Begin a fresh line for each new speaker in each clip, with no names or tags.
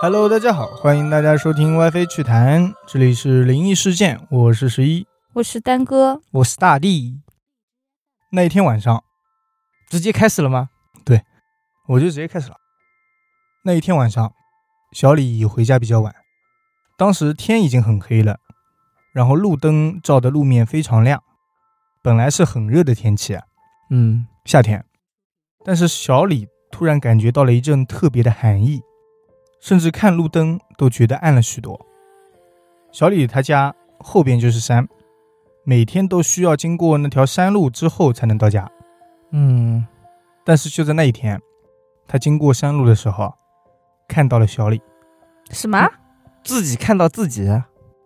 Hello，大家好，欢迎大家收听 WiFi 趣谈，这里是灵异事件，我是十一，
我是丹哥，
我是大地。那一天晚上，直接开始了吗？对，我就直接开始了。那一天晚上，小李回家比较晚，当时天已经很黑了，然后路灯照的路面非常亮，本来是很热的天气啊，
嗯，
夏天，但是小李突然感觉到了一阵特别的寒意，甚至看路灯都觉得暗了许多。小李他家后边就是山，每天都需要经过那条山路之后才能到家。
嗯，
但是就在那一天，他经过山路的时候，看到了小李，
什么？
自己看到自己，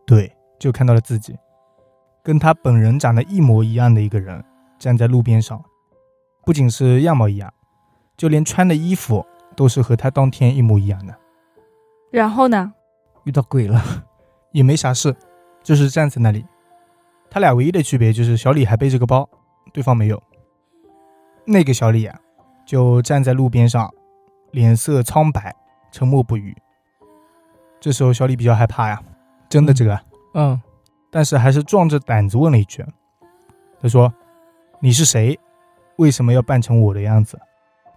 对，就看到了自己，跟他本人长得一模一样的一个人站在路边上，不仅是样貌一样，就连穿的衣服都是和他当天一模一样的。
然后呢？
遇到鬼了。
也没啥事，就是站在那里。他俩唯一的区别就是小李还背着个包，对方没有。那个小李啊，就站在路边上，脸色苍白，沉默不语。这时候小李比较害怕呀，真的这个啊，
嗯，
但是还是壮着胆子问了一句：“啊他说，你是谁？为什么要扮成我的样子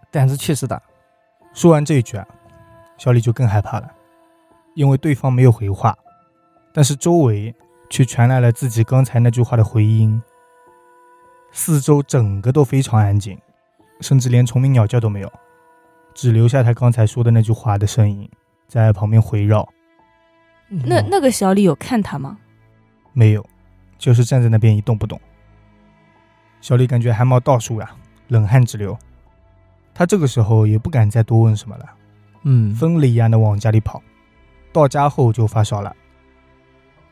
胆子确实大。？”
说完这一句啊，小李就更害怕了，因为对方没有回话，但是周围却传来了自己刚才那句话的回音。四周整个都非常安静，甚至连虫鸣鸟叫都没有，只留下他刚才说的那句话的声音在旁边回绕。
那
嗯
那个小李有看他吗？
没有，就是站在那边一动不动。小李感觉汗毛倒竖呀、冷汗直流。他这个时候也不敢再多问什么了。
嗯，
疯了一样的往家里跑。到家后就发烧了。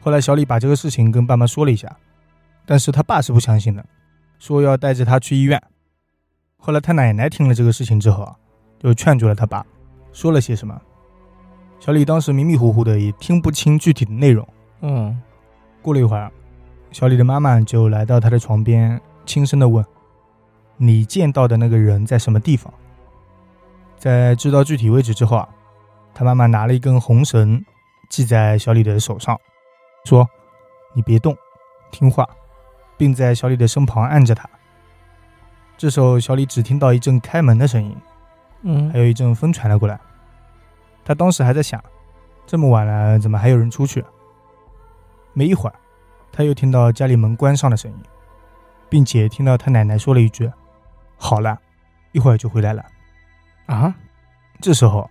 后来小李把这个事情跟爸妈说了一下，但是他爸是不相信的，说要带着他去医院。后来他奶奶听了这个事情之后啊，就劝住了他爸，说了些什么。小李当时迷迷糊糊的，也听不清具体的内容。
嗯，
过了一会儿，小李的妈妈就来到他的床边，轻声的问：“你见到的那个人在什么地方？”在知道具体位置之后啊，他妈妈拿了一根红绳系在小李的手上，说：“你别动，听话，并在小李的身旁按着他。”这时候，小李只听到一阵开门的声音，
嗯，
还有一阵风传了过来。他当时还在想，这么晚了，怎么还有人出去？没一会儿，他又听到家里门关上的声音，并且听到他奶奶说了一句：“好了，一会儿就回来了。
啊，”
这时候，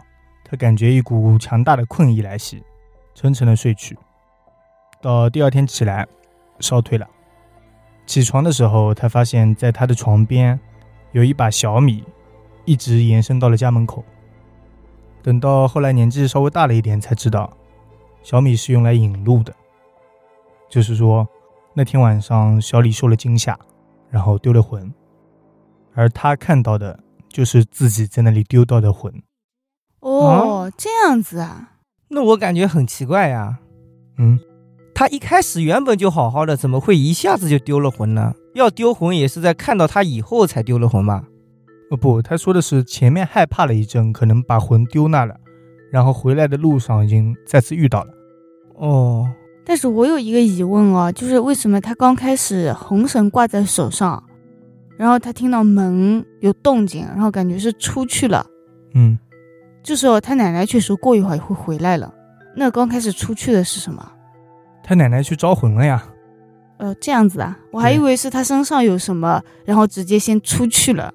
他感觉一股强大的困意来袭，沉沉的睡去。到第二天起来，烧退了。起床的时候，他发现在他的床边有一把小米，一直延伸到了家门口。等到后来年纪稍微大了一点，才知道小米是用来引路的。就是说，那天晚上小李受了惊吓，然后丢了魂，而他看到的就是自己在那里丢到的魂。
哦，这样子啊，
那我感觉很奇怪呀、
嗯，
他一开始原本就好好的，怎么会一下子就丢了魂呢？要丢魂也是在看到他以后才丢了魂吧？
哦不，他说的是前面害怕了一阵，可能把魂丢那了，然后回来的路上已经再次遇到了。
哦，
但是我有一个疑问哦，就是为什么他刚开始红绳挂在手上，然后他听到门有动静，然后感觉是出去了，
嗯，
这时候他奶奶却说过一会儿会回来了。那刚开始出去的是什么？
他奶奶去招魂了呀。
呃，这样子啊，我还
对
以为是他身上有什么，然后直接先出去了。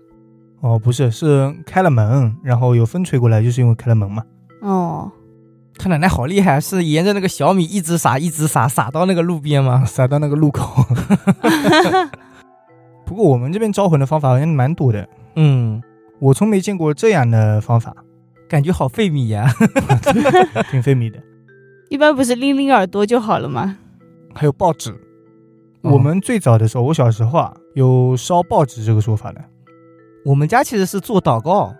哦，不是，是开了门，然后有风吹过来，就是因为开了门嘛。
哦，
他奶奶好厉害，是沿着那个小米一直撒，一直撒，撒到那个路边吗？
撒到那个路口。 不过我们这边招魂的方法好像蛮多的，
嗯，
我从没见过这样的方 法，
感觉好费米呀、
挺费米的。
一般不是拎拎耳朵就好了吗？
还有报纸，
哦
我们最早的时候，我小时候啊，有烧报纸这个说法的。
我们家其实是做祷告，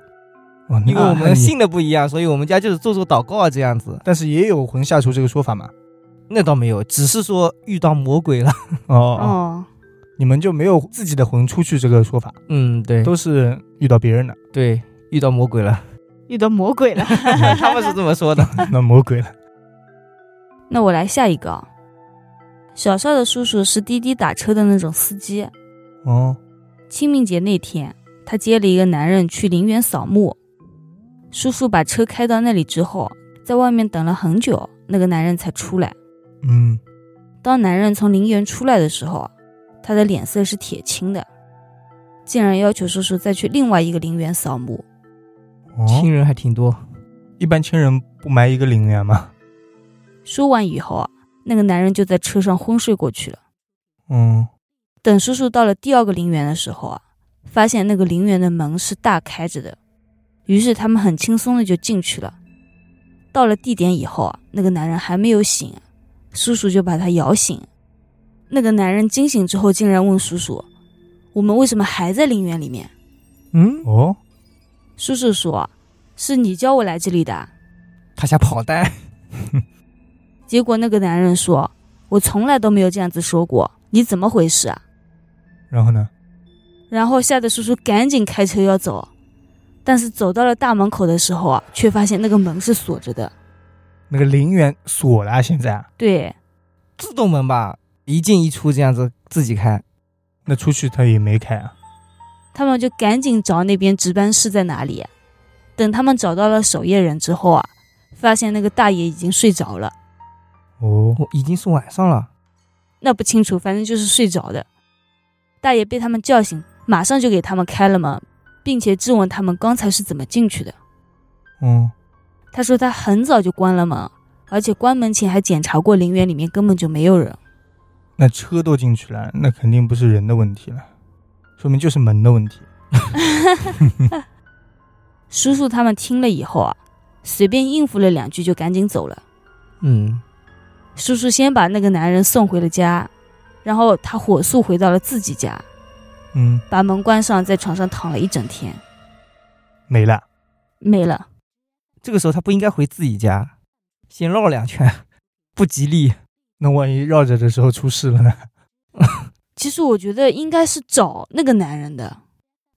哦，那
因为我们
你
信的不一样，所以我们家就是做做祷告啊这样子。
但是也有魂下厨这个说法嘛。
那倒没有，只是说遇到魔鬼了。
哦哦，
哦，
你们就没有自己的魂出去这个说法，
嗯，对，
都是遇到别人的。
对，遇到魔鬼了。
遇到魔鬼了。
他们是这么说的。
那魔鬼了。
那我来下一个啊。小邵的叔叔是滴滴打车的那种司机。
哦，
清明节那天，他接了一个男人去陵园扫墓。叔叔把车开到那里之后，在外面等了很久，那个男人才出来。
嗯，
当男人从陵园出来的时候，他的脸色是铁青的，竟然要求叔叔再去另外一个陵园扫墓。
哦，
亲人还挺多，
一般亲人不埋一个陵园吗？
说完以后啊，那个男人就在车上昏睡过去了。
嗯，
等叔叔到了第二个陵园的时候啊，发现那个陵园的门是大开着的，于是他们很轻松的就进去了。到了地点以后啊，那个男人还没有醒，叔叔就把他摇醒。那个男人惊醒之后，竟然问叔叔：“我们为什么还在陵园里面
嗯，
哦，？”
叔叔说：“是你叫我来这里的啊。
他想跑单，”
结果那个男人说：“我从来都没有这样子说过，你怎么回事啊？”
然后呢？
然后吓得叔叔赶紧开车要走，但是走到了大门口的时候啊，却发现那个门是锁着的。
那个陵园锁了啊，现在啊
对，
自动门吧，一进一出这样子自己开。
那出去他也没开啊。
他们就赶紧找那边值班室在哪里。等他们找到了守夜人之后啊，发现那个大爷已经睡着了，
哦，
我已经是晚上了，
那不清楚，反正就是睡着的。大爷被他们叫醒，马上就给他们开了门，并且质问他们刚才是怎么进去的。
嗯，
他说他很早就关了门，而且关门前还检查过陵园里面根本就没有人。
那车都进去了，那肯定不是人的问题了，说明就是门的问题。
叔叔他们听了以后啊，随便应付了两句就赶紧走了。
嗯，
叔叔先把那个男人送回了家，然后他火速回到了自己家，
嗯，
把门关上，在床上躺了一整天，
没了。
没了。
这个时候他不应该回自己家，先绕两圈， 不吉利。
那万一绕着的时候出事了呢？
其实我觉得应该是找那个男人的，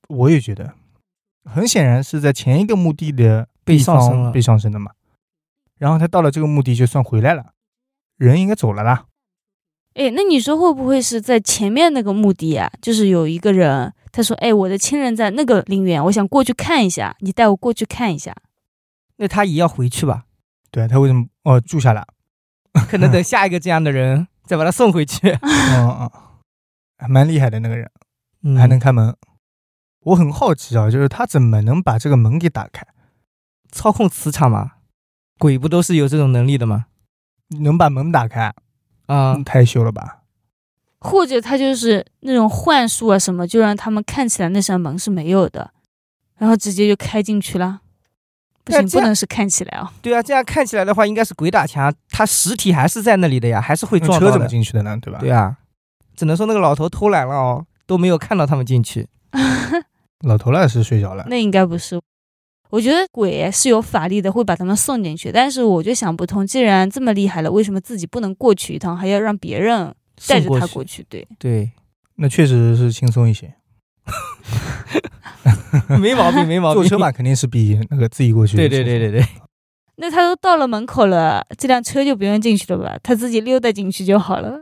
我也觉得，很显然是在前一个墓地的
被
地
上
方
身了
被上身的嘛。然后他到了这个墓地就算回来了，人应该走了啦。
哎，那你说会不会是在前面那个墓地啊？就是有一个人，他说：“哎，我的亲人在那个陵园，我想过去看一下，你带我过去看一下。
那他也要回去吧？
对啊，他为什么哦住下了？
可能等下一个这样的人再把他送 回去，
嗯嗯，还蛮厉害的那个人，
嗯
还能开门。我很好奇啊，就是他怎么能把这个门给打开？
操控磁场嘛？鬼不都是有这种能力的吗？
能把门打开？
啊、
太秀了吧！”
或者他就是那种幻术啊什么，就让他们看起来那扇门是没有的，然后直接就开进去了。不
但
行，
这
不
样
能是看起来啊、
对啊，这样看起来的话，应该是鬼打墙，他实体还是在那里的呀，还是会
那
撞
车
到
怎么
的。
进去的呢？对吧？
对啊，只能说那个老头偷懒了哦，都没有看到他们进去。
老头儿是睡着了。
那应该不是。我觉得鬼啊是有法力的，会把他们送进去。但是我就想不通，既然这么厉害了，为什么自己不能过去一趟，还要让别人带
送
着他
去
过去？对，
对，
那确实是轻松一些，
没毛病，没毛病。
坐车嘛，肯定是比那个自己过去
哦 对对对对对，
那他都到了门口了，这辆车就不用进去了吧？他自己溜达进去就好了。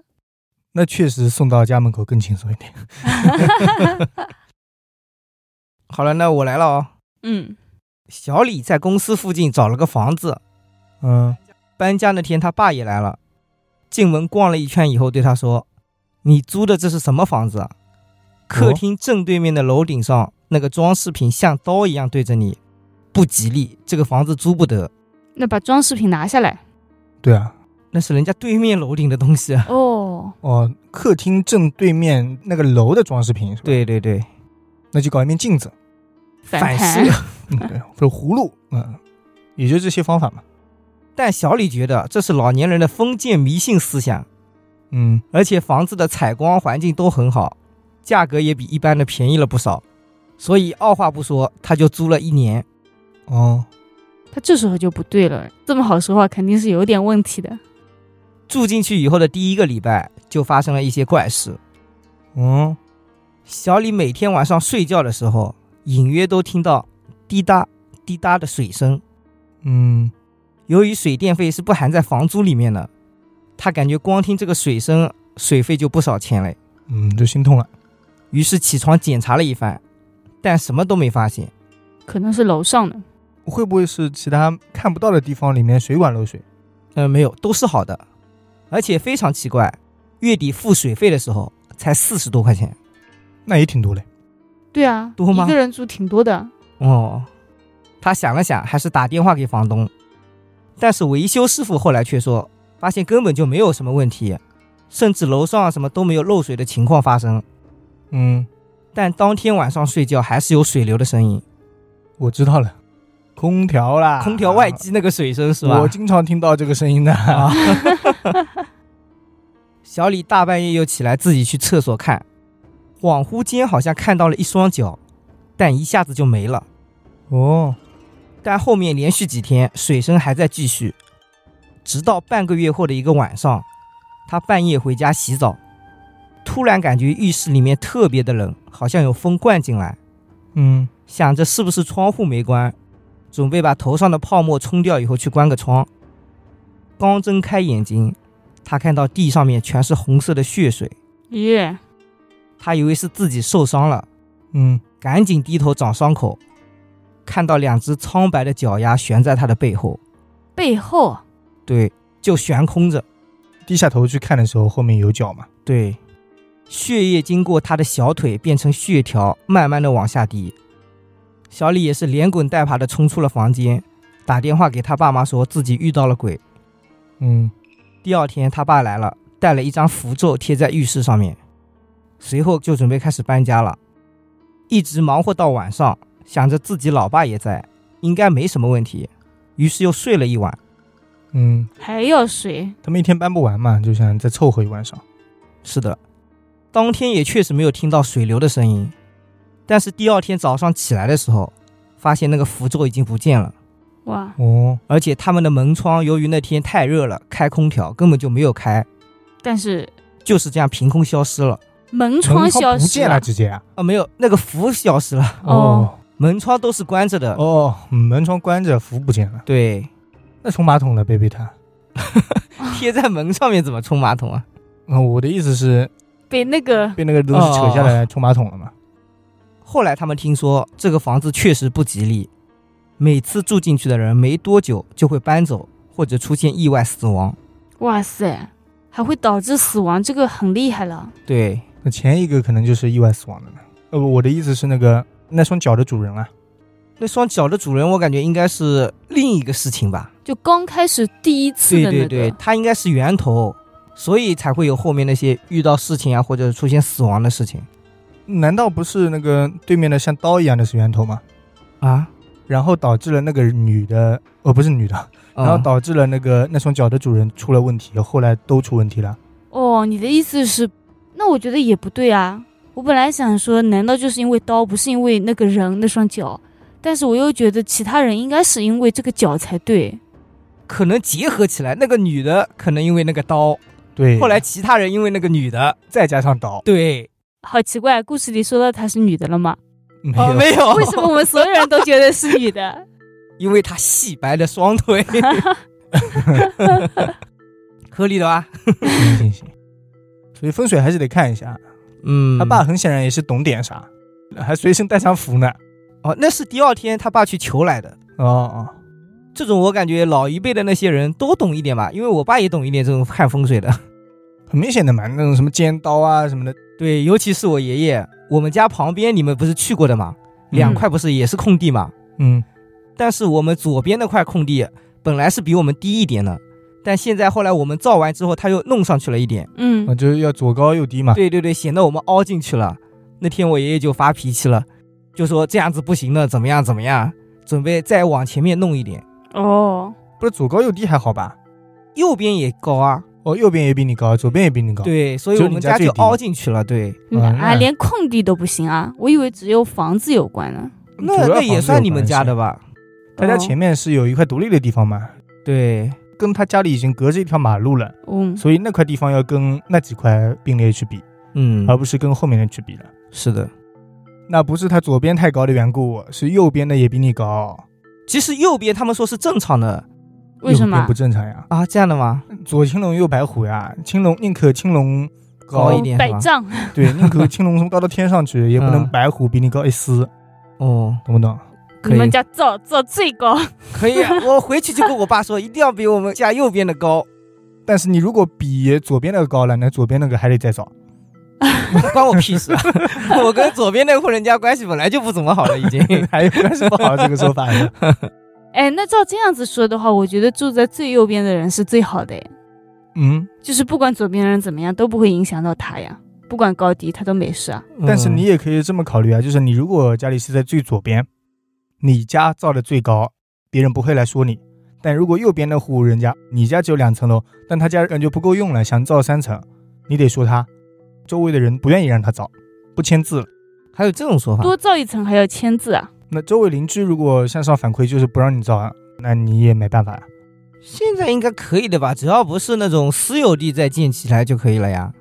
那确实送到家门口更轻松一点。
好了，那我来了哦。
嗯，
小李在公司附近找了个房子，
嗯，
搬家那天他爸也来了，进门逛了一圈以后对他说：“你租的这是什么房子啊？
哦
客厅正对面的楼顶上那个装饰品像刀一样对着你，不吉利，这个房子租不得。
那把装饰品拿下来。
对啊，
那是人家对面楼顶的东西。”啊。
哦，
哦，客厅正对面那个楼的装饰品是吧？，
对对对，
那就搞一面镜子，
反弹
射。
嗯，对，或者葫芦，嗯，也就这些方法嘛。
但小李觉得这是老年人的封建迷信思想，
嗯，
而且房子的采光环境都很好，价格也比一般的便宜了不少，所以二话不说他就租了一年。
哦，
他这时候就不对了，这么好说话肯定是有点问题的。
住进去以后的第一个礼拜就发生了一些怪事。
嗯，
小李每天晚上睡觉的时候，隐约都听到滴答滴答的水声。
嗯，
由于水电费是不含在房租里面的，他感觉光听这个水声，水费就不少钱嘞。
嗯，就心痛了。
于是起床检查了一番，但什么都没发现。
可能是楼上的。
会不会是其他看不到的地方里面水管漏水？
呃，没有，都是好的。而且非常奇怪，月底付水费的时候才四十多块钱。
那也挺多嘞。
对啊，
多吗
一个人住挺多的，
哦，他想了想，还是打电话给房东。但是维修师傅后来却说，发现根本就没有什么问题，甚至楼上啊什么都没有漏水的情况发生。
嗯，
但当天晚上睡觉还是有水流的声音，
我知道了，空调啦，
空调外机那个水声是吧？
啊我经常听到这个声音 的。
啊！小李大半夜又起来自己去厕所看，恍惚间好像看到了一双脚，但一下子就没了。
哦，
但后面连续几天水声还在继续，直到半个月后的一个晚上，他半夜回家洗澡，突然感觉浴室里面特别的冷，好像有风灌进来，
嗯，
想着是不是窗户没关，准备把头上的泡沫冲掉以后去关个窗。刚睁开眼睛，他看到地上面全是红色的血水，
耶，
他以为是自己受伤了，
嗯，
赶紧低头找伤口，看到两只苍白的脚丫悬在他的背后，
背后啊
对，就悬空着，
低下头去看的时候，后面有脚嘛。
对，血液经过他的小腿变成血条，慢慢的往下滴。小李也是连滚带爬的冲出了房间，打电话给他爸妈说自己遇到了鬼。
嗯，
第二天他爸来了，带了一张符咒贴在浴室上面，随后就准备开始搬家了，一直忙活到晚上，想着自己老爸也在，应该没什么问题，于是又睡了一晚。
嗯，
还要水，
他们一天搬不完嘛，就想再凑合一晚上。
是的，当天也确实没有听到水流的声音，但是第二天早上起来的时候，发现那个符咒已经不见了，
哇，
哦，
而且他们的门窗由于那天太热了，开空调根本就没有开，
但是
就是这样凭空消失了。
门窗
门
消
不
失
见了，直接啊。
啊，没有，那个符消失了，
哦
哦
门窗都是关着的。
哦，门窗关着，符不见了，
对，
那冲马桶了，贝贝他。
贴在门上面怎么冲马桶啊？
嗯，我的意思是
被那个
被那个东西扯下来冲马桶了嘛。
后来他们听说这个房子确实不吉利，每次住进去的人没多久就会搬走，或者出现意外死亡。
哇塞，
还会导致死亡，这个很厉害了。
对，
那前一个可能就是意外死亡的呢。呃，我的意思是那个那双脚的主人啊。
那双脚的主人，我感觉应该是另一个事情吧。
就刚开始第一次
对
的那
对
个，
对，他应该是源头，所以才会有后面那些遇到事情啊，或者出现死亡的事情
难道不是那个对面的像刀一样的是源头吗？
啊。
然后导致了那个女的，哦，不是女的，
嗯
然后导致了那个那双脚的主人出了问题，后来都出问题了。
哦，你的意思是，那我觉得也不对啊。我本来想说，难道就是因为刀，不是因为那个人那双脚？但是我又觉得其他人应该是因为这个脚才对。
可能结合起来，那个女的可能因为那个刀，
对，
后来其他人因为那个女的，
再加上刀，
对，
好奇怪，故事里说到她是女的了吗？
没
哦，没 有，
为什么我们所有人都觉得是女的？
因为她细白的双 腿，合理的吧？
行行行。所以风水还是得看一下，啊
嗯
他爸很显然也是懂点啥，还随身带上符呢。
哦，那是第二天他爸去求来的。
哦哦，
这种我感觉老一辈的那些人都懂一点吧，因为我爸也懂一点这种看风水的。
很明显的嘛，那种什么尖刀啊什么的，
对，尤其是我爷爷，我们家旁边你们不是去过的吗？两块不是也是空地吗？
嗯，
但是我们左边那块空地本来是比我们低一点的，但现在后来我们造完之后，他又弄上去了一点。
啊
嗯，
就是要左高右低嘛。
对对对，显得我们凹进去了。那天我爷爷就发脾气了，就说这样子不行的，怎么样怎么样，准备再往前面弄一点。
哦，
不是左高右低还好吧？
右边也高啊，
哦，右边也比你高，左边也比你高。，
对，所以
啊只有
我们
你家
家
最
就
低
凹进去了。对，
嗯
啊，
那
连空地都不行啊！我以为只有房子有关呢。
那
嗯主要
那
房
也
子
算
有
你们
关
家
系
的吧？
他家
哦
前面是有一块独立的地方嘛，
对，
跟他家里已经隔着一条马路了，
嗯，
所以那块地方要跟那几块并列去比，
嗯，
而不是跟后面的去比了。
是的。
那不是他左边太高的缘故，是右边的也比你高。
其实右边他们说是正常的
为什
右边
么
不？正常呀？
啊，这样的吗？
左青龙右白虎呀，青龙宁可青龙
高
高
一点是
百
吧
丈，
对，宁可青龙从高到天上去，也不能
嗯
白虎比你高一丝，
哦，
懂不懂？
可
你
以
们家造造最高，
可 以啊，我回去就跟我爸说，一定要比我们家右边的 高，
但是你如果比左边那个高了，那左边那个还得再找。
关我屁事啊！ 我跟左边那户人家关系本来就不怎么好了，已 经。
还有关系不好这个说法呢
哎，那照这样子说的话，我觉得住在最右边的人是最好的哎，
嗯，
就是不管左边的人怎么样，都不会影响到他呀，不管高低，他都没事啊。
嗯
但是你也可以这么考虑啊，就是你如果家里是在最左边，你家造的最高，别人不会来说你；但如果右边那户人家，你家只有两层楼，但他家感觉不够用了，想造三层，你得说他，周围的人不愿意让他造，不签字了。
嗯还有这种说法，
多造一层还要签字啊，
那周围邻居如果向上反馈就是不让你造啊，那你也没办法啊。
现在应该可以的吧？只要不是那种私有地再建起来就可以了 呀。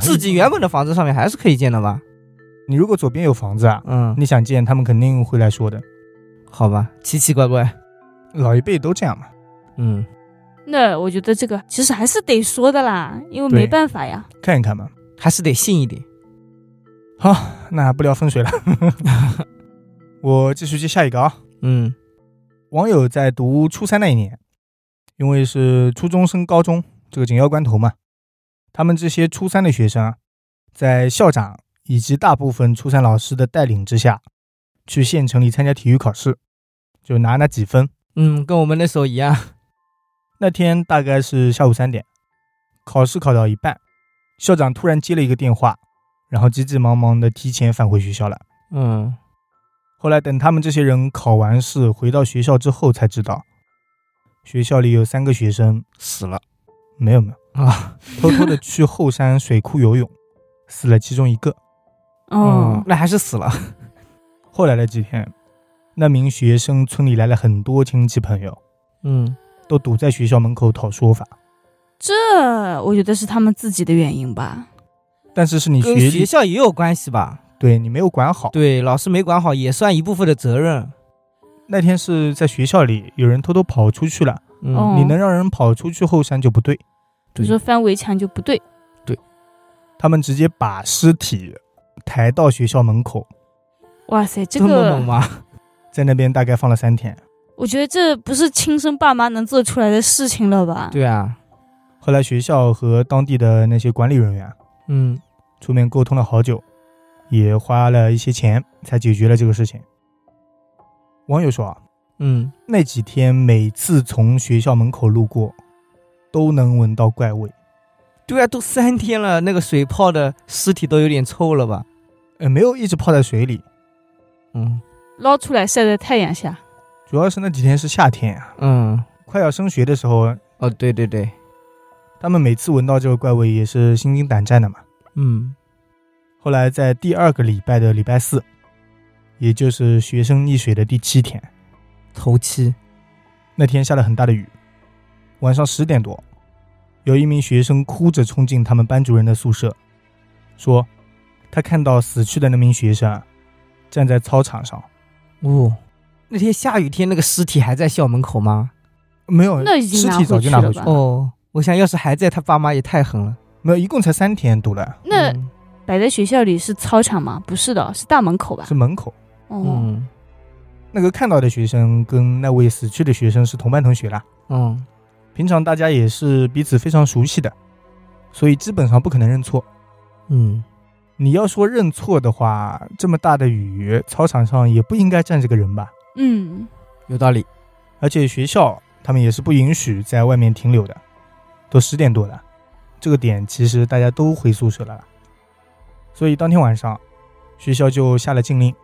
自己原本的房子上面还是可以建的吧？
呃你如果左边有房子啊，
嗯，
你想建，他们肯定会来说的。
好吧，奇奇怪怪。
老一辈都这样嘛。
嗯，
那我觉得这个其实还是得说的啦，因为没
对
办法呀。
看一看吧。
还是得信一点。
好，那不聊风 水了，我继续接下一个啊。
嗯
网友在读初三那一年，因为是初中升高中这个紧要关头嘛，他们这些初三的学生啊，在校长以及大部分初三老师的带领之下，去县城里参加体育考试，就拿那几分。
嗯，跟我们那时候一样。
那天大概是下午三点，考试考到一半，校长突然接了一个电话，然后急急忙忙的提前返回学校了。
嗯，
后来等他们这些人考完试回到学校之后，才知道学校里有三个学生
死了
没有没有
啊。
偷偷的去后山水库游泳， 死了其中一个。
哦，
那还是死了。
后来的几天，那名学生村里来了很多亲戚朋友，
嗯，
都堵在学校门口讨说法。
这我觉得是他们自己的原因吧。
但是是你
跟
学
学
习，
校也有关系吧？
对你没有管好。
对，老师没管好也算一部分的责任。
那天是在学校里，有人偷偷跑出去了。
嗯，
哦
你能让人跑出去后山就不对。
你说翻围墙就不对，
他们直接把尸体抬到学校门口，
哇塞，这
这么
个
猛吗？
在那边大概放了三天。
我觉得这不是亲生爸妈能做出来的事情了吧？
对啊，
后来学校和当地的那些管理人员
嗯，
出面沟通了好久，也花了一些钱才解决了这个事情。网友说啊，
嗯，
那几天每次从学校门口路过，都能闻到怪味。
对啊，都三天了，那个水泡的尸体都有点臭了吧？
呃，没有一直泡在水里，
嗯
捞出来晒在太阳下，
主要是那几天是夏天啊，
嗯，
快要升学的时候，
哦，对对对，
他们每次闻到这个怪味也是心惊胆战的嘛。
嗯
后来在第二个礼拜的礼拜四，也就是学生溺水的第七天，，
头七，
那天下了很大的雨，晚上十点多，有一名学生哭着冲进他们班主任的宿舍，说他看到死去的那名学生啊站在操场上，
哦，那天下雨天那个尸体还在校门口吗？
没有
那已经
尸
拿
体早
回
就
去
拿
了
回去
吧
了，
哦，我想要是还在，他爸妈也太狠了。
没有，一共才三天堵了，
那
嗯
摆在学校里是操场吗？不是的，是大门口吧？
是门口。
哦，
嗯
那个看到的学生跟那位死去的学生是同班同学啦，
嗯
平常大家也是彼此非常熟悉的，所以基本上不可能认错。
嗯，
你要说认错的话，这么大的雨，操场上也不应该站这个人吧？
嗯，
有道理。
而且学校他们也是不允许在外面停留的，都十点多了，这个点其实大家都回宿舍了啦。所以当天晚上，学校就下了禁令，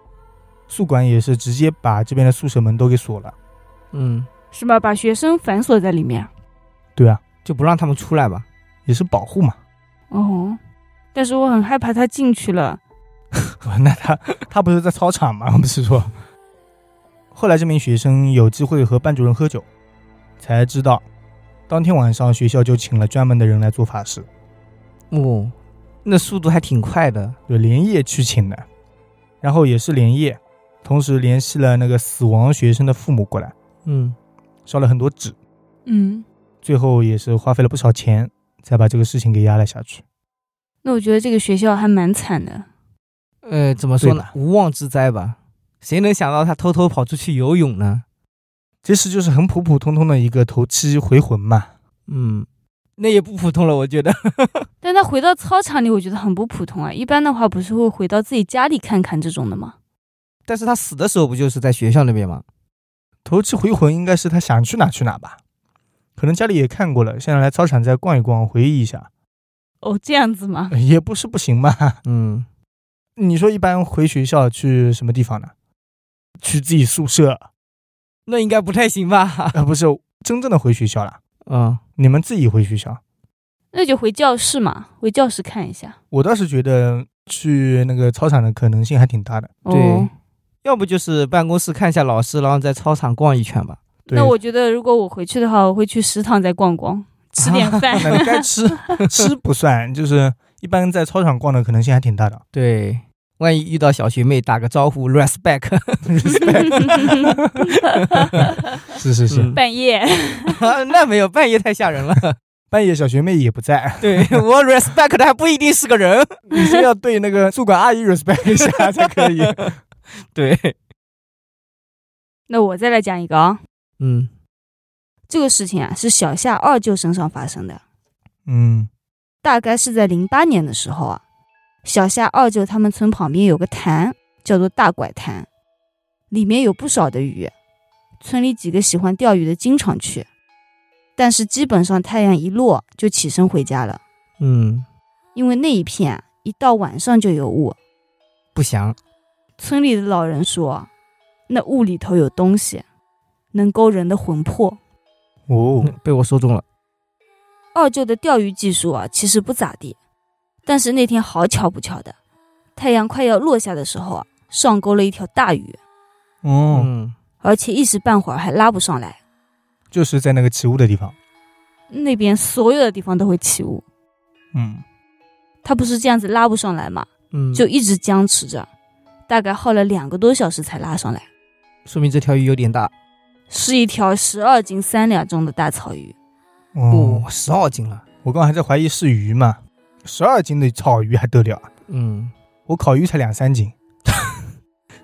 宿管也是直接把这边的宿舍门都给锁了。
嗯，
是吧？把学生反锁在里面。
对啊，
就不让他们出来吧。
也是保护嘛。
哦，但是我很害怕他进去了。
那他他不是在操场吗？我不是说。后来这名学生有机会和班主任喝酒，才知道，当天晚上学校就请了专门的人来做法事，
哦，那速度还挺快的。
就连夜去请的，然后也是连夜，同时联系了那个死亡学生的父母过来，
嗯，
烧了很多纸，
嗯，
最后也是花费了不少钱，才把这个事情给压了下去。
那我觉得这个学校还蛮惨的。
呃，怎么说
对
呢
吧？
无妄之灾吧。谁能想到他偷偷跑出去游泳呢？
其实就是很普普通通的一个头七回魂嘛。
嗯，那也不普通了，我觉得。
但他回到操场里，我觉得很不普通啊。一般的话，不是会回到自己家里看看这种的吗？
但是他死的时候不就是在学校那边吗？
头七回魂应该是他想去哪去哪吧，可能家里也看过了，现在来操场再逛一逛，回忆一下，
哦，这样子吗？
呃也不是不行嘛。
嗯，
你说一般回学校去什么地方呢？去自己宿舍？
那应该不太行吧？
呃，不是真正的回学校了，
嗯，
你们自己回学校。
那就回教室嘛，回教室看一下。
我倒是觉得去那个操场的可能性还挺大的。
哦、
对要不就是办公室看一下老师，然后在操场逛一圈吧。
对
那我觉得如果我回去的话，我会去食堂再逛逛，吃点饭。
那你该吃吃不算，就是一般在操场逛的可能性还挺大的。
对，万一遇到小学妹，打个招呼，respect。
是是是，
嗯
半夜
那没有，半夜太吓人了。
半夜小学妹也不在，
对我 respect 的还不一定是个人。
你先要对那个宿管阿姨 respect 一下才可以。
对，
那我再来讲一个啊、
嗯
这个事情啊是小夏二舅身上发生的，
嗯
大概是在零八年的时候啊，小夏二舅他们村旁边有个潭，叫做大拐潭，里面有不少的鱼，村里几个喜欢钓鱼的经常去，但是基本上太阳一落就起身回家了，
嗯，
因为那一片啊一到晚上就有雾，
不祥。
村里的老人说，那雾里头有东西，能勾人的魂魄。
哦，
嗯被我说中了。
二舅的钓鱼技术啊，其实不咋地，但是那天好巧不巧的，太阳快要落下的时候啊，上钩了一条大鱼，
哦，
嗯，
而且一时半会儿还拉不上来。
就是在那个起雾的地方。
那边所有的地方都会起雾，
嗯，
他不是这样子拉不上来嘛，
嗯，
就一直僵持着，大概耗了两个多小时才拉上来，
说明这条鱼有点大。
是一条十二斤三两重的大草鱼。
哦，
哦，十二斤了。
我刚还在怀疑是鱼嘛，十二斤的草鱼还得了啊？
嗯，
我烤鱼才两三斤，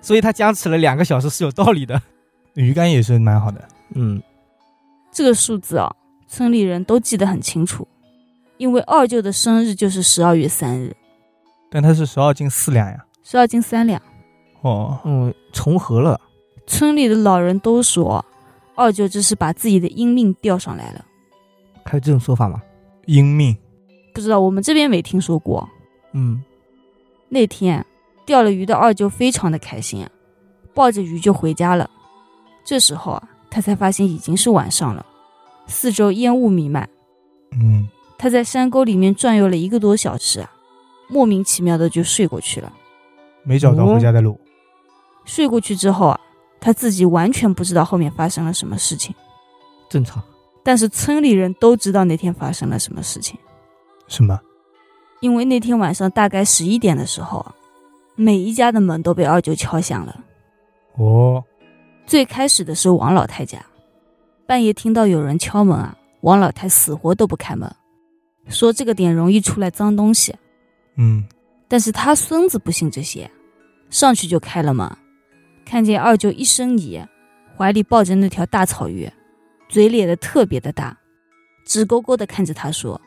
所以他僵持了两个小时是有道理的。
鱼竿也是蛮好的。
嗯
这个数字啊，村里人都记得很清楚，因为二舅的生日就是十二月三日，
但它是十二斤四两呀。
十二斤三两。
哦，
嗯，重合了。
村里的老人都说，二舅这是把自己的阴命钓上来了。
还有这种说法吗？
英命。
不知道我们这边没听说过。
嗯
那天钓了鱼的二舅非常的开心啊，抱着鱼就回家了。这时候啊，他才发现已经是晚上了，四周烟雾弥漫。
嗯，
他在山沟里面转悠了一个多小时啊，莫名其妙的就睡过去了。
没找到回家的路。
睡过去之后啊，他自己完全不知道后面发生了什么事情，
正常。
但是村里人都知道那天发生了什么事情，
什么？
因为那天晚上大概十一点的时候啊，每一家的门都被二舅敲响了。
哦，
最开始的是王老太家，半夜听到有人敲门啊，王老太死活都不开门，说这个点容易出来脏东西。啊
嗯，
但是他孙子不信这些，上去就开了门，看见二舅一身泥，怀里抱着那条大草鱼，嘴咧的特别的大，直勾勾的看着他说：“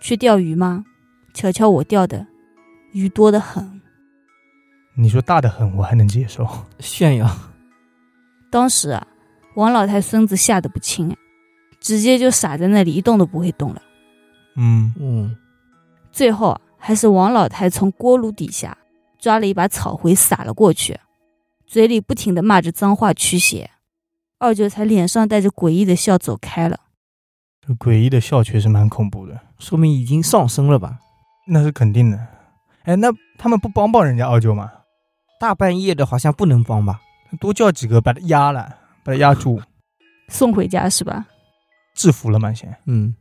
去钓鱼吗？瞧瞧我钓的，鱼多得很。
你说大的很，我还能接受。
炫耀。”
当时啊，王老太孙子吓得不轻，直接就傻在那里一动都不会动了。
嗯，
嗯，
最后啊，还是王老太从锅炉底下抓了一把草灰撒了过去，嘴里不停的骂着脏话驱邪。二舅才脸上带着诡异的笑走开了。
这诡异的笑确实蛮恐怖的，
说明已经上升了吧？
那是肯定的。哎，那他们不帮帮人家二舅吗？
大半夜的，好像不能帮吧？
多叫几个把他压了，把他压住，
送回家是吧？
制服了嘛先。
嗯，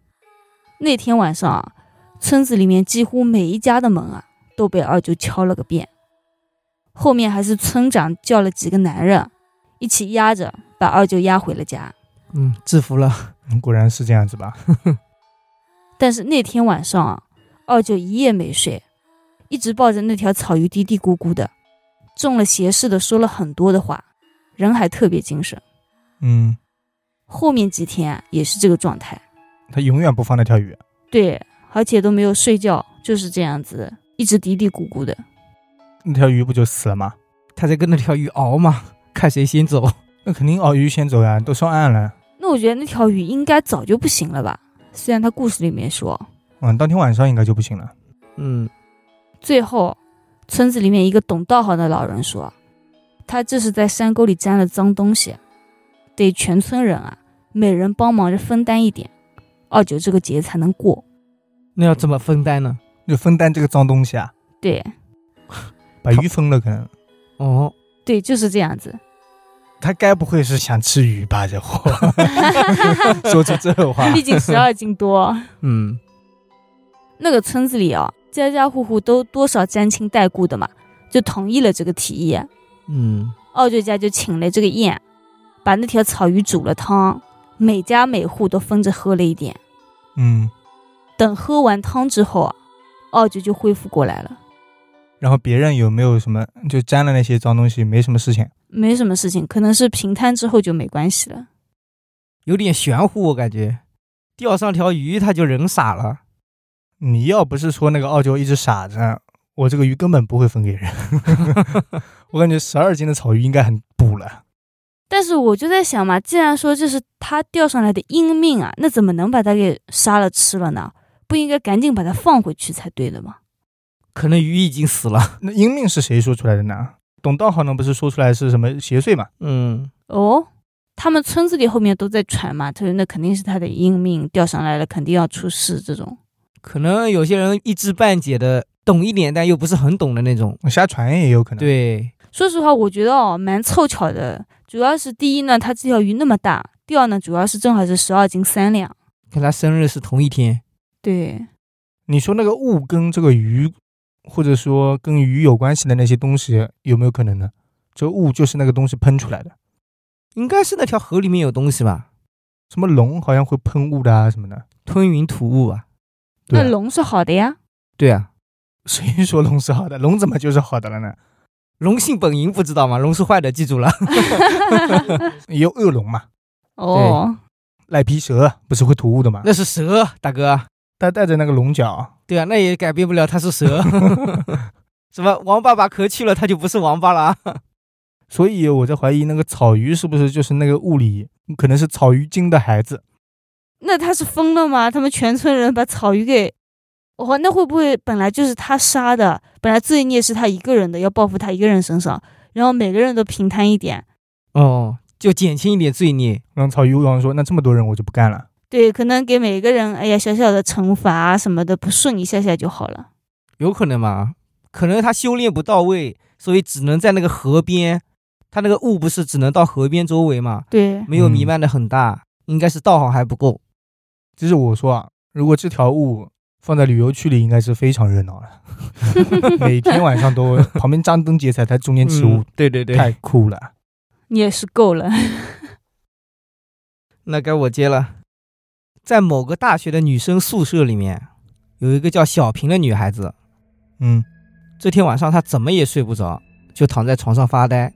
那天晚上啊，村子里面几乎每一家的门啊都被二舅敲了个遍。后面还是村长叫了几个男人，一起压着把二舅押回了家。
嗯，制服了。
嗯果然是这样子吧？
但是那天晚上啊，二舅一夜没睡，一直抱着那条草鱼嘀嘀咕咕的，中了邪似的说了很多的话，人还特别精神。
嗯，
后面几天啊也是这个状态，
他永远不放那条鱼。
对，而且都没有睡觉，就是这样子，一直嘀嘀咕咕的。
那条鱼不就死了吗？
他在跟那条鱼熬嘛， 看谁先走。
那肯定熬鱼先走呀，都上岸了。
那我觉得那条鱼应该早就不行了吧？虽然他故事里面说，
嗯，当天晚上应该就不行了。
嗯，
最后村子里面一个懂道行的老人说，他这是在山沟里沾了脏东西，得全村人啊，每人帮忙着分担一点，二九这个节才能过。
那要怎么分担呢？
就分担这个脏东西啊，
对
把鱼分了可能。
哦，
对，就是这样子。
他该不会是想吃鱼吧？这货 说出这话，
毕竟十二斤多，
嗯，
那个村子里啊，家家户户都多少沾亲带故的嘛，就同意了这个提议。
嗯，
二舅家就请了这个宴，把那条草鱼煮了汤，每家每户都分着喝了一点。
嗯，
等喝完汤之后啊，二舅就恢复过来了，
然后别人有没有什么就沾了那些脏东西，没什么事情。
没什么事情，可能是平摊之后就没关系了。
有点玄乎，我感觉。钓上条鱼，他就人傻了。
你要不是说那个傲娇一直傻着，我这个鱼根本不会分给 人。我感觉十二斤的草鱼应该很补了。
但是我就在想嘛，既然说这是他钓上来的阴命啊，那怎么能把它给杀了吃了呢？不应该赶紧把它放回去才对的吗？
可能鱼已经死了。
那英命是谁说出来的呢？董道好呢不是说出来是什么邪祟嘛？
嗯，
哦，他们村子里后面都在传嘛，他说那肯定是他的阴命钓上来了，肯定要出事这种。
可能有些人一知半解的，懂一点，但又不是很懂的那种。
瞎传也有可能。，
对，
说实话，我觉得哦，蛮凑巧的。主要是第一呢，它这条鱼那么大；第二呢，主要是正好是十二斤三两。
跟他生日是同一天。
对，
你说那个物跟这个鱼，或者说跟鱼有关系的那些东西，有没有可能呢？这物就是那个东西喷出来的，
应该是那条河里面有东西吧，
什么龙好像会喷雾的啊什么的。
吞云吐雾啊。
对啊
那龙是好的呀。
对啊，
谁说龙是好的？龙怎么就是好的了呢？
龙性本淫，不知道吗？龙是坏的，记住了。
也有恶龙嘛，
哦，
赖皮蛇不是会吐雾的嘛？
那是蛇，大哥。
它带着那个龙角，
对啊，那也改变不了他是蛇。 什么王爸把壳去了，他就不是王八了啊。
所以我在怀疑那个草鱼是不是就是那个物理，可能是草鱼精的孩子。
那他是疯了吗？他们全村人把草鱼给……哦，那会不会本来就是他杀的？本来罪孽是他一个人的，要报复他一个人身上，然后每个人都平摊一点。
哦，就减轻一点罪孽。
然后草鱼王说：“那这么多人，我就不干了。
对，可能给每个人，哎呀，小小的惩罚啊什么的，不顺一下下就好了。
有可能吧？可能他修炼不到位，所以只能在那个河边，他那个雾不是只能到河边周围嘛，
对，
没有弥漫的很大，应该是道行还不够。”
这是我说啊，如果这条雾放在旅游区里，应该是非常热闹了， 每天晚上都旁边张灯结彩，它中间起雾，
嗯对对对，
太酷了。
你也是够 了。
那该我接了。在某个大学的女生宿舍里面，有一个叫小平的女孩子，
嗯，
这天晚上她怎么也睡不着，就躺在床上发呆，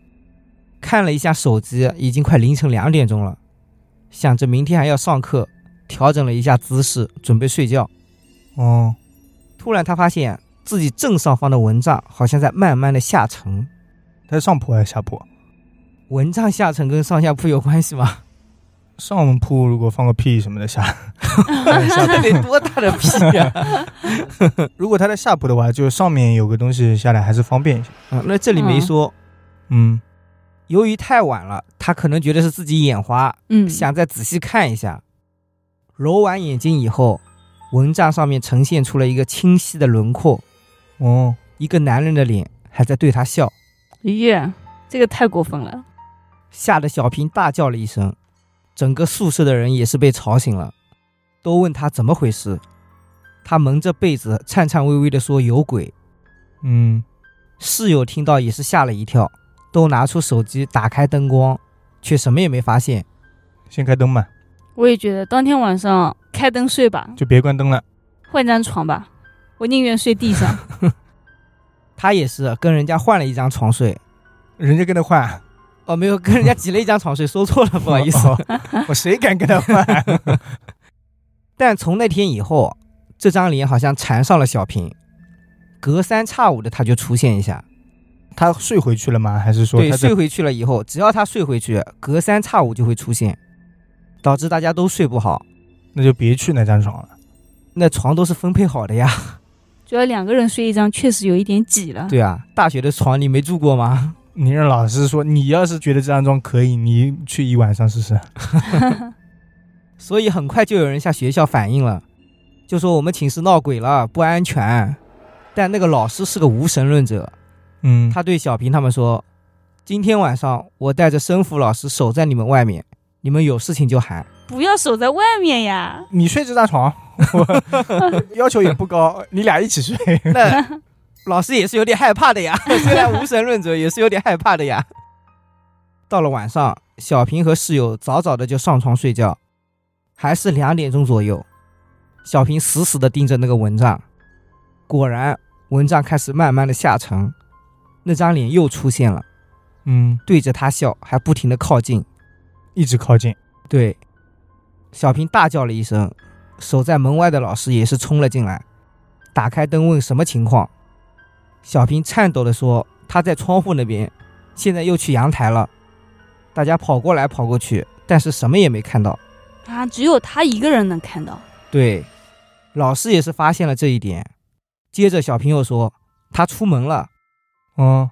看了一下手机，已经快凌晨两点钟了，想着明天还要上课，调整了一下姿势，准备睡觉。
哦，
突然，他发现自己正上方的蚊帐好像在慢慢的下沉。
它是上坡还是下啊坡？
蚊帐下沉跟上下铺有关系吗？
上铺如果放个屁什么的下， 下
这
铺
得多大的屁呀、啊
如果它在下铺的话，就上面有个东西下来还是方便一些。
啊那这里没说，
嗯，
由于太晚了，他可能觉得是自己眼花，
嗯，
想再仔细看一下。揉完眼睛以后，蚊帐上面呈现出了一个清晰的轮廓，
哦，
一个男人的脸还在对他笑，
耶，哎这个太过分了。
吓得小平大叫了一声，整个宿舍的人也是被吵醒了，都问他怎么回事。他蒙着被子，颤颤巍巍地说有鬼。
嗯，
室友听到也是吓了一跳，都拿出手机打开灯光，却什么也没发现。
先开灯吧，
我也觉得当天晚上开灯睡吧，
就别关灯了。
换张床吧，我宁愿睡地上。
他也是跟人家换了一张床睡，
人家跟他换，
哦，没有跟人家挤了一张床睡，说错了，不
不
好意思。
我哦谁敢跟他换？
但从那天以后，这张脸好像缠上了小平，隔三差五的他就出现一下。
他睡回去了吗？还是说
对，
他在
睡回去了以后，只要他睡回去，隔三差五就会出现，导致大家都睡不好。
那就别去那张床了。
那床都是分配好 的呀，
主要两个人睡一张，确实有一点挤了。
对啊，大学的床你没住过吗？
你让老师说，你要是觉得这张床可以，你去一晚上试试。
所以很快就有人向学校反映了，就说我们寝室闹鬼了，不安全。但那个老师是个无神论者，
嗯，
他对小平他们说：“今天晚上我带着生辅老师守在你们外面，你们有事情就喊。
不要守在外面呀！
你睡这张床， 我要求也不高，你俩一起睡。
那老师也是有点害怕的呀， 虽然无神论者也是有点害怕的呀。到了晚上，小平和室友早早的就上床睡觉，还是两点钟左右。小平死死的盯着那个蚊帐，果然蚊帐开始慢慢的下沉，那张脸又出现了，
嗯，
对着他笑，还不停的靠近。
一直靠近。
对，小平大叫了一声，守在门外的老师也是冲了进来，打开灯问什么情况。小平颤抖地说：“他在窗户那边，现在又去阳台了。”大家跑过来跑过去，但是什么也没看到。
啊，只有他一个人能看到。
对，老师也是发现了这一点。接着小平又说：“他出门了。”
嗯，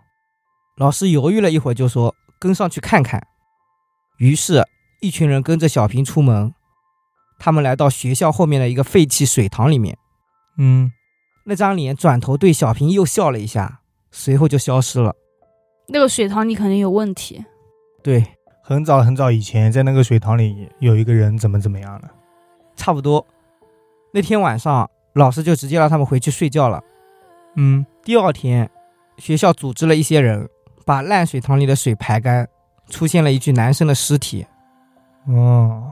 老师犹豫了一会儿，就说：“跟上去看看。”于是，一群人跟着小平出门。他们来到学校后面的一个废弃水塘里面，
嗯，
那张脸转头对小平又笑了一下，随后就消失了。
那个水塘你肯定有问题，
对，
很早很早以前，在那个水塘里有一个人怎么怎么样了。
差不多。那天晚上，老师就直接让他们回去睡觉了。
嗯，
第二天，学校组织了一些人把烂水塘里的水排干，出现了一具男生的尸体。
哦，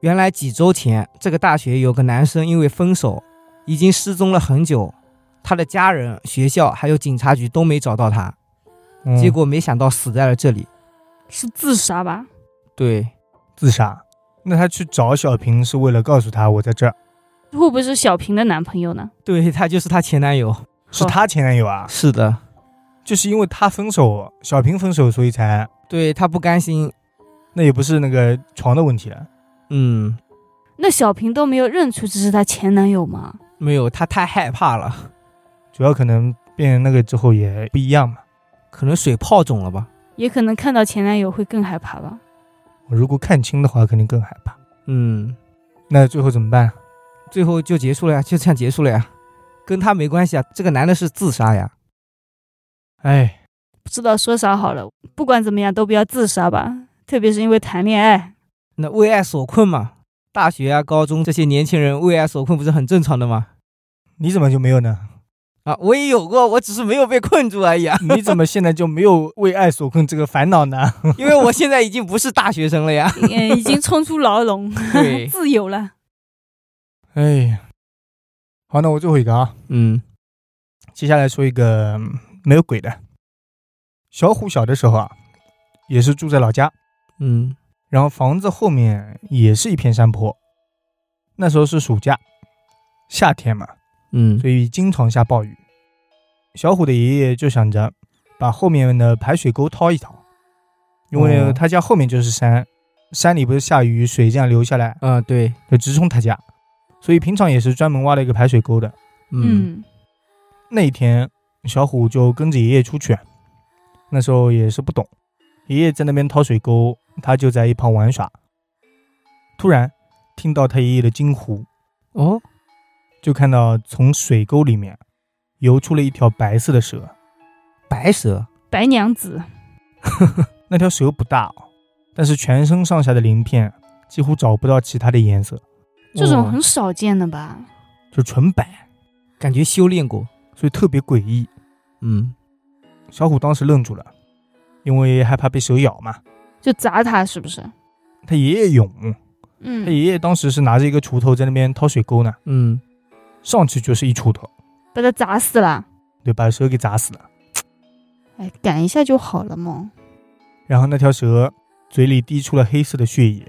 原来几周前，这个大学有个男生因为分手，已经失踪了很久，他的家人、学校还有警察局都没找到他，
嗯
结果没想到死在了这里。
是自杀吧？
对，
自杀。那他去找小平是为了告诉他我在这儿，
会不会是小平的男朋友呢？
对他就是他前男友。
是他前男友啊，
是的，
就是因为他分手，小平分手，所以才
对他不甘心。
那也不是那个床的问题了。
嗯，
那小平都没有认出这是他前男友吗？
没有，他太害怕了，
主要可能变那个之后也不一样嘛。
可能水泡肿了吧。
也可能看到前男友会更害怕吧。
我如果看清的话，肯定更害怕。
嗯，
那最后怎么办？啊
最后就结束了呀，就这样结束了呀，跟他没关系啊。这个男的是自杀呀。
哎，
不知道说啥好了，不管怎么样都不要自杀吧，特别是因为谈恋爱。
那为爱所困嘛，大学啊、高中这些年轻人为爱所困不是很正常的吗？
你怎么就没有 呢？
啊，我也有过，我只是没有被困住而已啊，
你怎么现在就没有为爱所困这个烦恼呢？
因为我现在已经不是大学生了呀。
嗯，已经冲出牢笼，
对，
自由了。
哎呀，好，那我最后一个啊，
嗯，
接下来说一个嗯没有鬼的。小虎小的时候啊，也是住在老家，
嗯，
然后房子后面也是一片山坡。那时候是暑假，夏天嘛，
嗯，
所以经常下暴雨。小虎的爷爷就想着把后面的排水沟掏一掏，因为
哦
他家后面就是山，山里不是下雨水这样流下来
啊，对，
就直冲他家，所以平常也是专门挖了一个排水沟的。
嗯，
那一天，小虎就跟着爷爷出去，那时候也是不懂，爷爷在那边掏水沟，他就在一旁玩耍。突然听到他爷爷的惊呼，
哦，
就看到从水沟里面游出了一条白色的蛇。
白蛇，
白娘子，
那条蛇不大哦，但是全身上下的鳞片几乎找不到其他的颜色，
这种
哦
很少见的吧？
就纯白，
感觉修炼过，
所以特别诡异。
嗯，
小虎当时愣住了，因为害怕被蛇咬嘛。
就砸他是不是？
他爷爷勇，他
嗯，
爷爷当时是拿着一个锄头在那边掏水沟呢，
嗯，
上去就是一锄头，
把他砸死了。
对，把蛇给砸死了。
哎，赶一下就好了嘛。
然后那条蛇嘴里滴出了黑色的血液，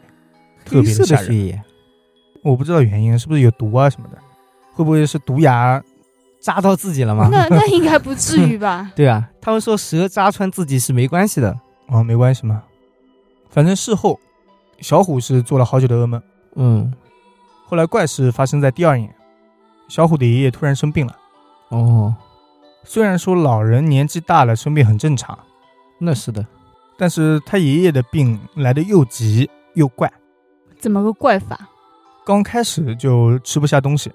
特别
黑色
吓
的血
人。
液，
我不知道原因，是不是有毒啊什么的？会不会是毒牙？
扎到自己了吗？？
那那应该不至于吧
对啊，他们说蛇扎穿自己是没关系的。
哦，没关系嘛。反正事后，小虎是做了好久的噩梦。
嗯，
后来怪事发生在第二年，小虎的爷爷突然生病了。
哦，
虽然说老人年纪大了生病很正常，
那是的，
但是他爷爷的病来的又急又怪，
怎么个怪法？
刚开始就吃不下东西，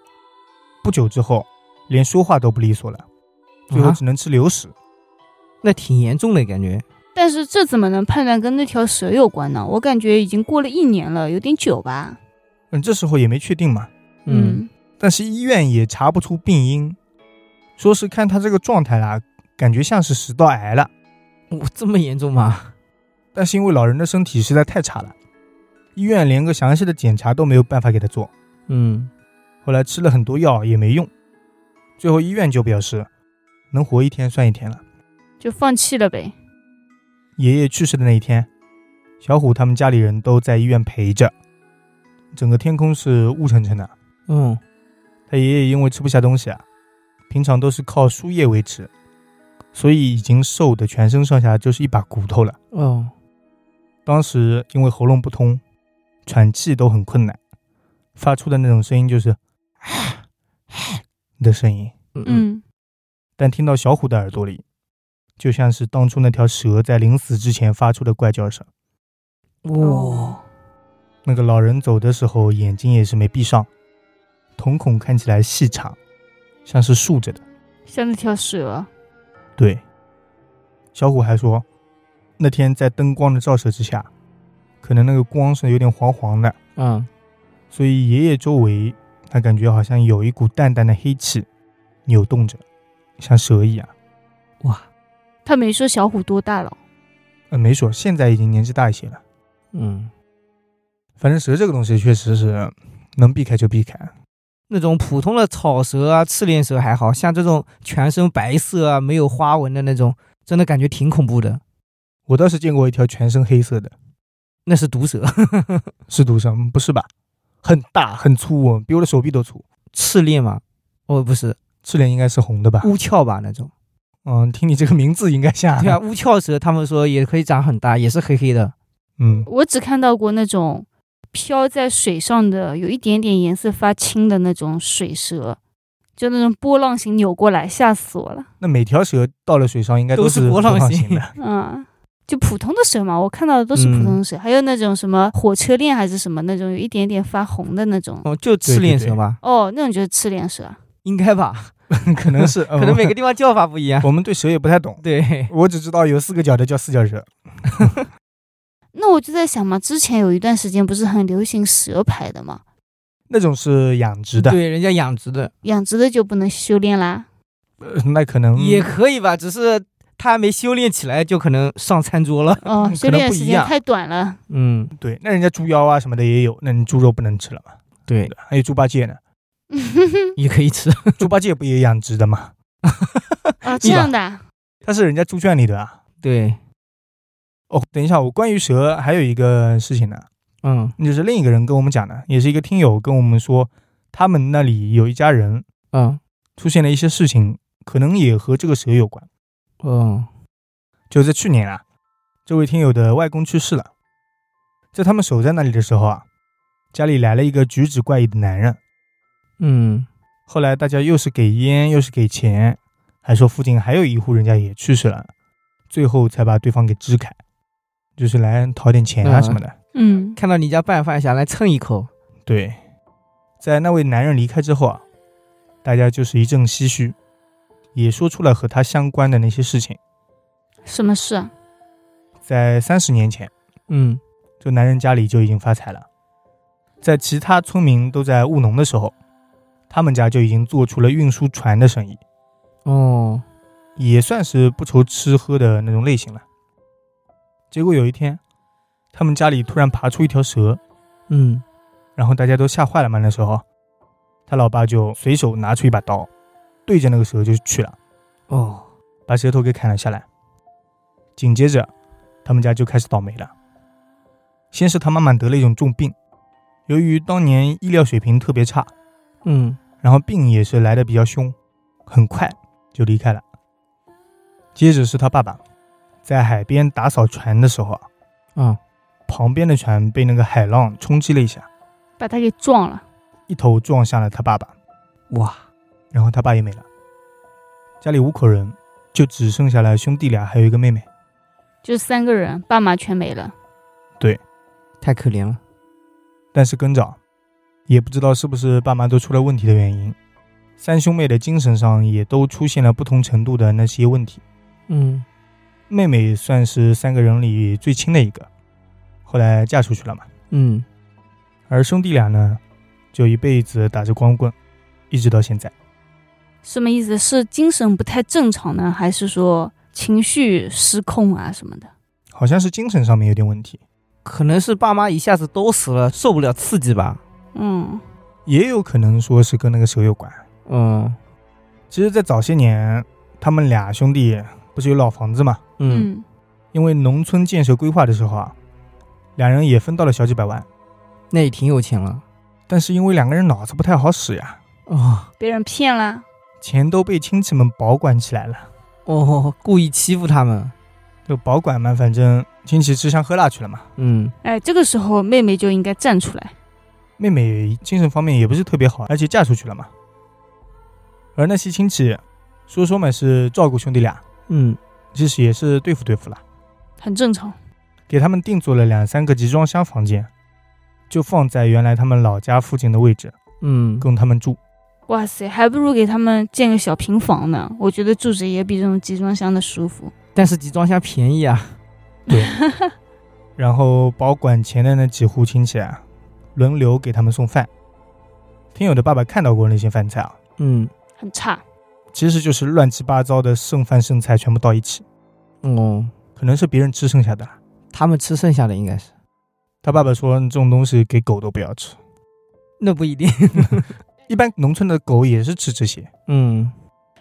不久之后连说话都不利索了，最后
啊
只能吃流食。
那挺严重的感觉。
但是这怎么能判断跟那条蛇有关呢？我感觉已经过了一年了，有点久吧。
嗯，这时候也没确定嘛，
嗯，
但是医院也查不出病因，说是看他这个状态啦，感觉像是食道癌了，
我嗯这么严重吗？
但是因为老人的身体实在太差了，医院连个详细的检查都没有办法给他做，
嗯，
后来吃了很多药也没用，最后医院就表示，能活一天算一天了。
就放弃了呗。
爷爷去世的那一天，小虎他们家里人都在医院陪着，整个天空是雾沉沉的。
嗯，
他爷爷因为吃不下东西啊，平常都是靠输液维持，所以已经瘦的全身上下就是一把骨头了。
哦，
当时因为喉咙不通，喘气都很困难，发出的那种声音就是啊的声音，
嗯
嗯，
但听到小虎的耳朵里，就像是当初那条蛇在临死之前发出的怪叫声。
嗯，哇，
那个老人走的时候，眼睛也是没闭上，瞳孔看起来细长，像是竖着的。
像那条蛇。
对，小虎还说，那天在灯光的照射之下，可能那个光是有点黄黄的，
嗯，
所以爷爷周围他感觉好像有一股淡淡的黑气扭动着，像蛇一样。
哇，
他没说小虎多大了，
呃，没说，现在已经年纪大一些了。
嗯，
反正蛇这个东西确实是能避开就避开，
那种普通的草蛇啊、赤练蛇还好像这种全身白色啊、没有花纹的那种，真的感觉挺恐怖的。
我倒是见过一条全身黑色的。
那是毒蛇，
是毒蛇吗？嗯不是吧？很大很粗哦，比我的手臂都粗。
赤练嘛？哦，不是，
赤脸应该是红的吧？
乌鞘吧那种。
嗯，听你这个名字应该像。
对啊，乌鞘蛇他们说也可以长很大，也是黑黑的。
嗯，
我只看到过那种飘在水上的，有一点点颜色发青的那种水蛇，就那种波浪形扭过来，吓死我了。
那每条蛇到了水上应该
都
是
是波浪
浪
形
的。
嗯，就普通的蛇嘛，我看到的都是普通
嗯
的蛇，还有那种什么火车链还是什么那种，有一点点发红的那种。
哦，就赤练蛇吧，
哦，那种就是赤脸蛇。啊
应该吧？
可能是，可
可能每个地方叫法不一 样。
我们对蛇也不太懂。
对，
我只知道有四个脚的叫四脚蛇。
那我就在想嘛，之前有一段时间不是很流行蛇牌的嘛，
那种是养殖的，
对，人家养殖的
养殖的就不能修炼啦。
呃那可能
也可以吧，只是它还没修炼起来，就可能上餐桌了。
哦，
嗯
修
可能
炼
不
时
一
间
样
太短 了。
嗯，
对。那人家猪腰啊什么的也有，那你猪肉不能吃了嘛？
对，
还有猪八戒呢，
也可以吃。
猪八戒不也养殖的吗？
哦，这样的啊，
它是人家猪圈里的啊。
对，
哦，等一下，我关于蛇还有一个事情呢。
嗯
那就是另一个人跟我们讲的，也是一个听友跟我们说，他们那里有一家人
嗯
出现了一些事情，可能也和这个蛇有关。
哦，
就在去年啊，这位听友的外公去世了，在他们守在那里的时候啊，家里来了一个举止怪异的男人。
嗯
后来大家又是给烟，又是给钱，还说附近还有一户人家也去世了，最后才把对方给支开，就是来讨点钱啊
嗯
什么的。
嗯，
看到你家拌饭想来蹭一口。
对，在那位男人离开之后啊，大家就是一阵唏嘘，也说出了和他相关的那些事情。
什么事啊？
在三十年前，
嗯
这男人家里就已经发财了，在其他村民都在务农的时候，他们家就已经做出了运输船的生意，
哦，
也算是不愁吃喝的那种类型了。结果有一天，他们家里突然爬出一条蛇，
嗯
然后大家都吓坏了嘛。那时候，他老爸就随手拿出一把刀，对着那个蛇就去了，
哦，
把蛇头给砍了下来。紧接着，他们家就开始倒霉了。先是他妈妈得了一种重病，由于当年医疗水平特别差，
嗯
然后病也是来的比较凶，很快就离开了。接着是他爸爸，在海边打扫船的时候啊，
啊
旁边的船被那个海浪冲击了一下，
把他给撞了。
一头撞向了他爸爸，
哇，
然后他爸也没了。家里五口人，就只剩下了兄弟俩，还有一个妹妹。
就三个人，爸妈全没了。
太可怜了。
但是跟着，也不知道是不是爸妈都出了问题的原因，三兄妹的精神上也都出现了不同程度的那些问题。
嗯
妹妹算是三个人里最亲的一个，后来嫁出去了嘛。
嗯，
而兄弟俩呢，就一辈子打着光棍，一直到现在。
什么意思？是精神不太正常呢，还是说情绪失控啊什么的？
好像是精神上面有点问题，
可能是爸妈一下子都死了，受不了刺激吧。
嗯，
也有可能说是跟那个蛇有关。
嗯
其实，在早些年，他们俩兄弟不是有老房子嘛？
嗯，
因为农村建设规划的时候啊，两人也分到了小几百万，
那也挺有钱了。
但是因为两个人脑子不太好使呀，
哦
被人骗了。
钱都被亲戚们保管起来了。
哦，故意欺负他们。
就保管嘛，反正亲戚吃香喝辣去了嘛。
嗯
哎，这个时候妹妹就应该站出来。
妹妹精神方面也不是特别好，而且嫁出去了嘛。而那些亲戚，说说嘛是照顾兄弟俩，
嗯
其实也是对付对付了，
很正常，
给他们定做了两三个集装箱房间，就放在原来他们老家附近的位置，
嗯，
供他们住。
哇塞，还不如给他们建个小平房呢。我觉得住着也比这种集装箱的舒服。
但是集装箱便宜啊。
对，然后保管钱的那几户亲戚啊，轮流给他们送饭。听友的爸爸看到过那些饭菜啊，
嗯
很差，
其实就是乱七八糟的剩饭剩菜全部到一起，
哦，
可能是别人吃剩下的啦。
他们吃剩下的应该是，
他爸爸说这种东西给狗都不要吃，
那不一定。
一般农村的狗也是吃这些，
嗯，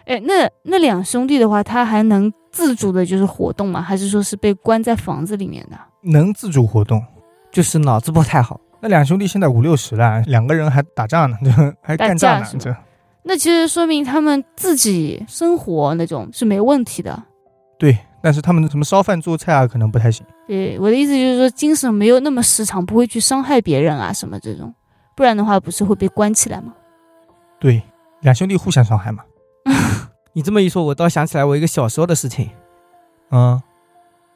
哎，那那两兄弟的话，他还能自主的就是活动吗？还是说是被关在房子里面的？
能自主活动。
就是脑子不太好。
那两兄弟现在五六十了，两个人还打仗呢， 这还干仗
打
呢
架是，
这
那其实说明他们自己生活那种是没问题的。
对。但是他们什么烧饭做菜啊，可能不太行。
对，我的意思就是说，精神没有那么失常，不会去伤害别人啊什么这种，不然的话不是会被关起来吗？
对，两兄弟互相伤害嘛。
你这么一说，我倒想起来我一个小时候的事情。
嗯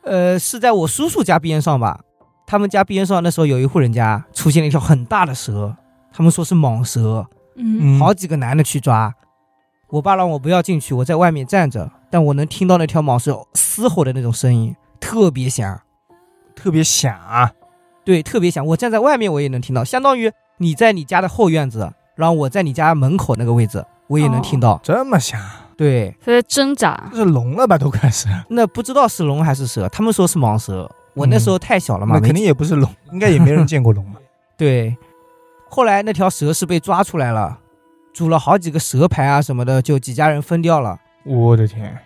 呃，是在我叔叔家边上吧？他们家边上那时候有一户人家出现了一条很大的蛇，他们说是蟒蛇，
嗯，
嗯，
好几个男的去抓。我爸让我不要进去，我在外面站着，但我能听到那条蟒蛇嘶吼的那种声音，特别响，
特别响啊。
对，特别响。我站在外面我也能听到，相当于你在你家的后院子，然后我在你家门口那个位置，我也能听到。
这么响，
对，
他在挣扎，
这是聋了吧？都开始，
那不知道是龙还是蛇，他们说是蟒蛇，我那时候太小了
嗯
嘛，
那
没
肯定也不是聋，应该也没人见过 聋吧？
对，后来那条蛇是被抓出来了，煮了好几个蛇排啊什么的，就几家人分掉了。
我的天，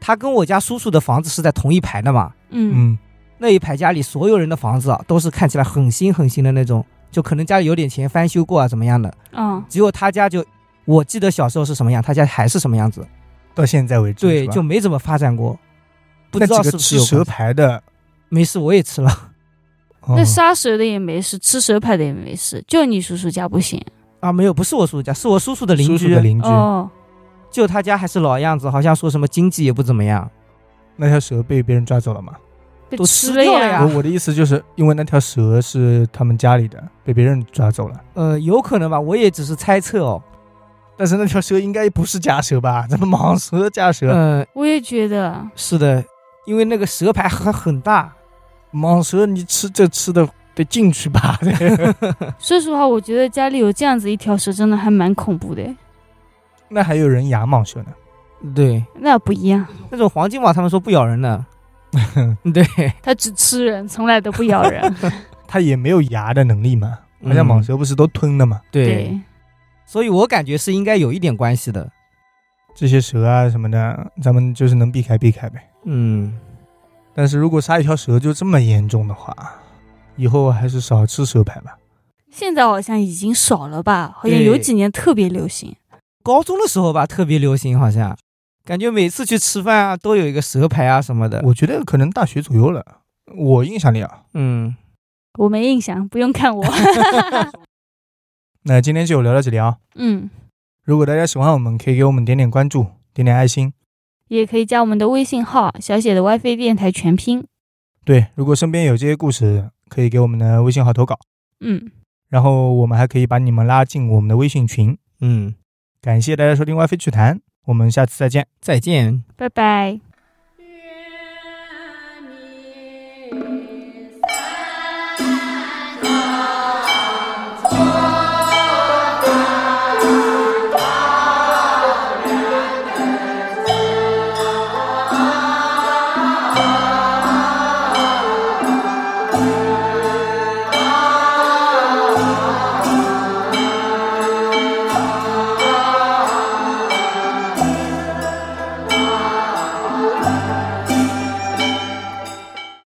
他跟我家叔叔的房子是在同一排的嘛，
嗯，
嗯，
那一排家里所有人的房子啊，都是看起来很新很新的那种，就可能家里有点钱翻修过啊怎么样的。
啊、
只有他家就，我记得小时候是什么样，他家还是什么样子，
到现在为止，
对，
是吧
就没怎么发展过。不
那
知道
几
是
个
不
吃
是有
蛇
关系
排的，
没事，我也吃了
哦
那杀蛇的也没事，吃蛇排的也没事，就你叔叔家不行
啊，没有，不是我叔叔家，是我叔叔的邻
叔
居，
叔的邻居，
哦，
就他家还是老样子，好像说什么经济也不怎么样。
那条蛇被别人抓走了吗？
被
都
吃
吃掉了
呀
呀，
我我的意思就是因为那条蛇是他们家里的，被别人抓走了。
呃，有可能吧，我也只是猜测哦。
但是那条蛇应该不是家蛇吧？ 怎么蟒蛇家蛇？
嗯、
我也觉得，
是的，因为那个蛇排还很 大，
蟒蛇你吃这吃的得进去吧？
说实话，我觉得家里有这样子一条蛇，真的还蛮恐怖的。
那还有人养蟒蛇呢？
对，
那不一样，
那种黄金蟒他们说不咬人的，对，
它只吃人，从来都不咬人。
它也没有牙的能力嘛，
嗯
好像蟒蛇不是都吞的嘛？
对，所以我感觉是应该有一点关系的。
这些蛇啊什么的，咱们就是能避开避开呗。
嗯，
但是如果杀一条蛇就这么严重的话，以后还是少吃蛇盘吧。
现在好像已经少了吧？好像有
对
几年特别流行。
高中的时候吧，特别流行，好像感觉每次去吃饭啊，都有一个蛇牌啊什么的。
我觉得可能大学左右了，我印象里啊。
嗯，
我没印象，不用看 我。
那今天就聊到这里啊。
嗯，
如果大家喜欢我们，可以给我们点点关注，点点爱心。
也可以加我们的微信号“小写的 WiFi 电台全拼
对，如果身边有这些故事，可以给我们的微信号投稿，”。
嗯，
然后我们还可以把你们拉进我们的微信群。
嗯，
感谢大家收听《歪飞趣谈》，我们下次再见。
再见。
拜拜。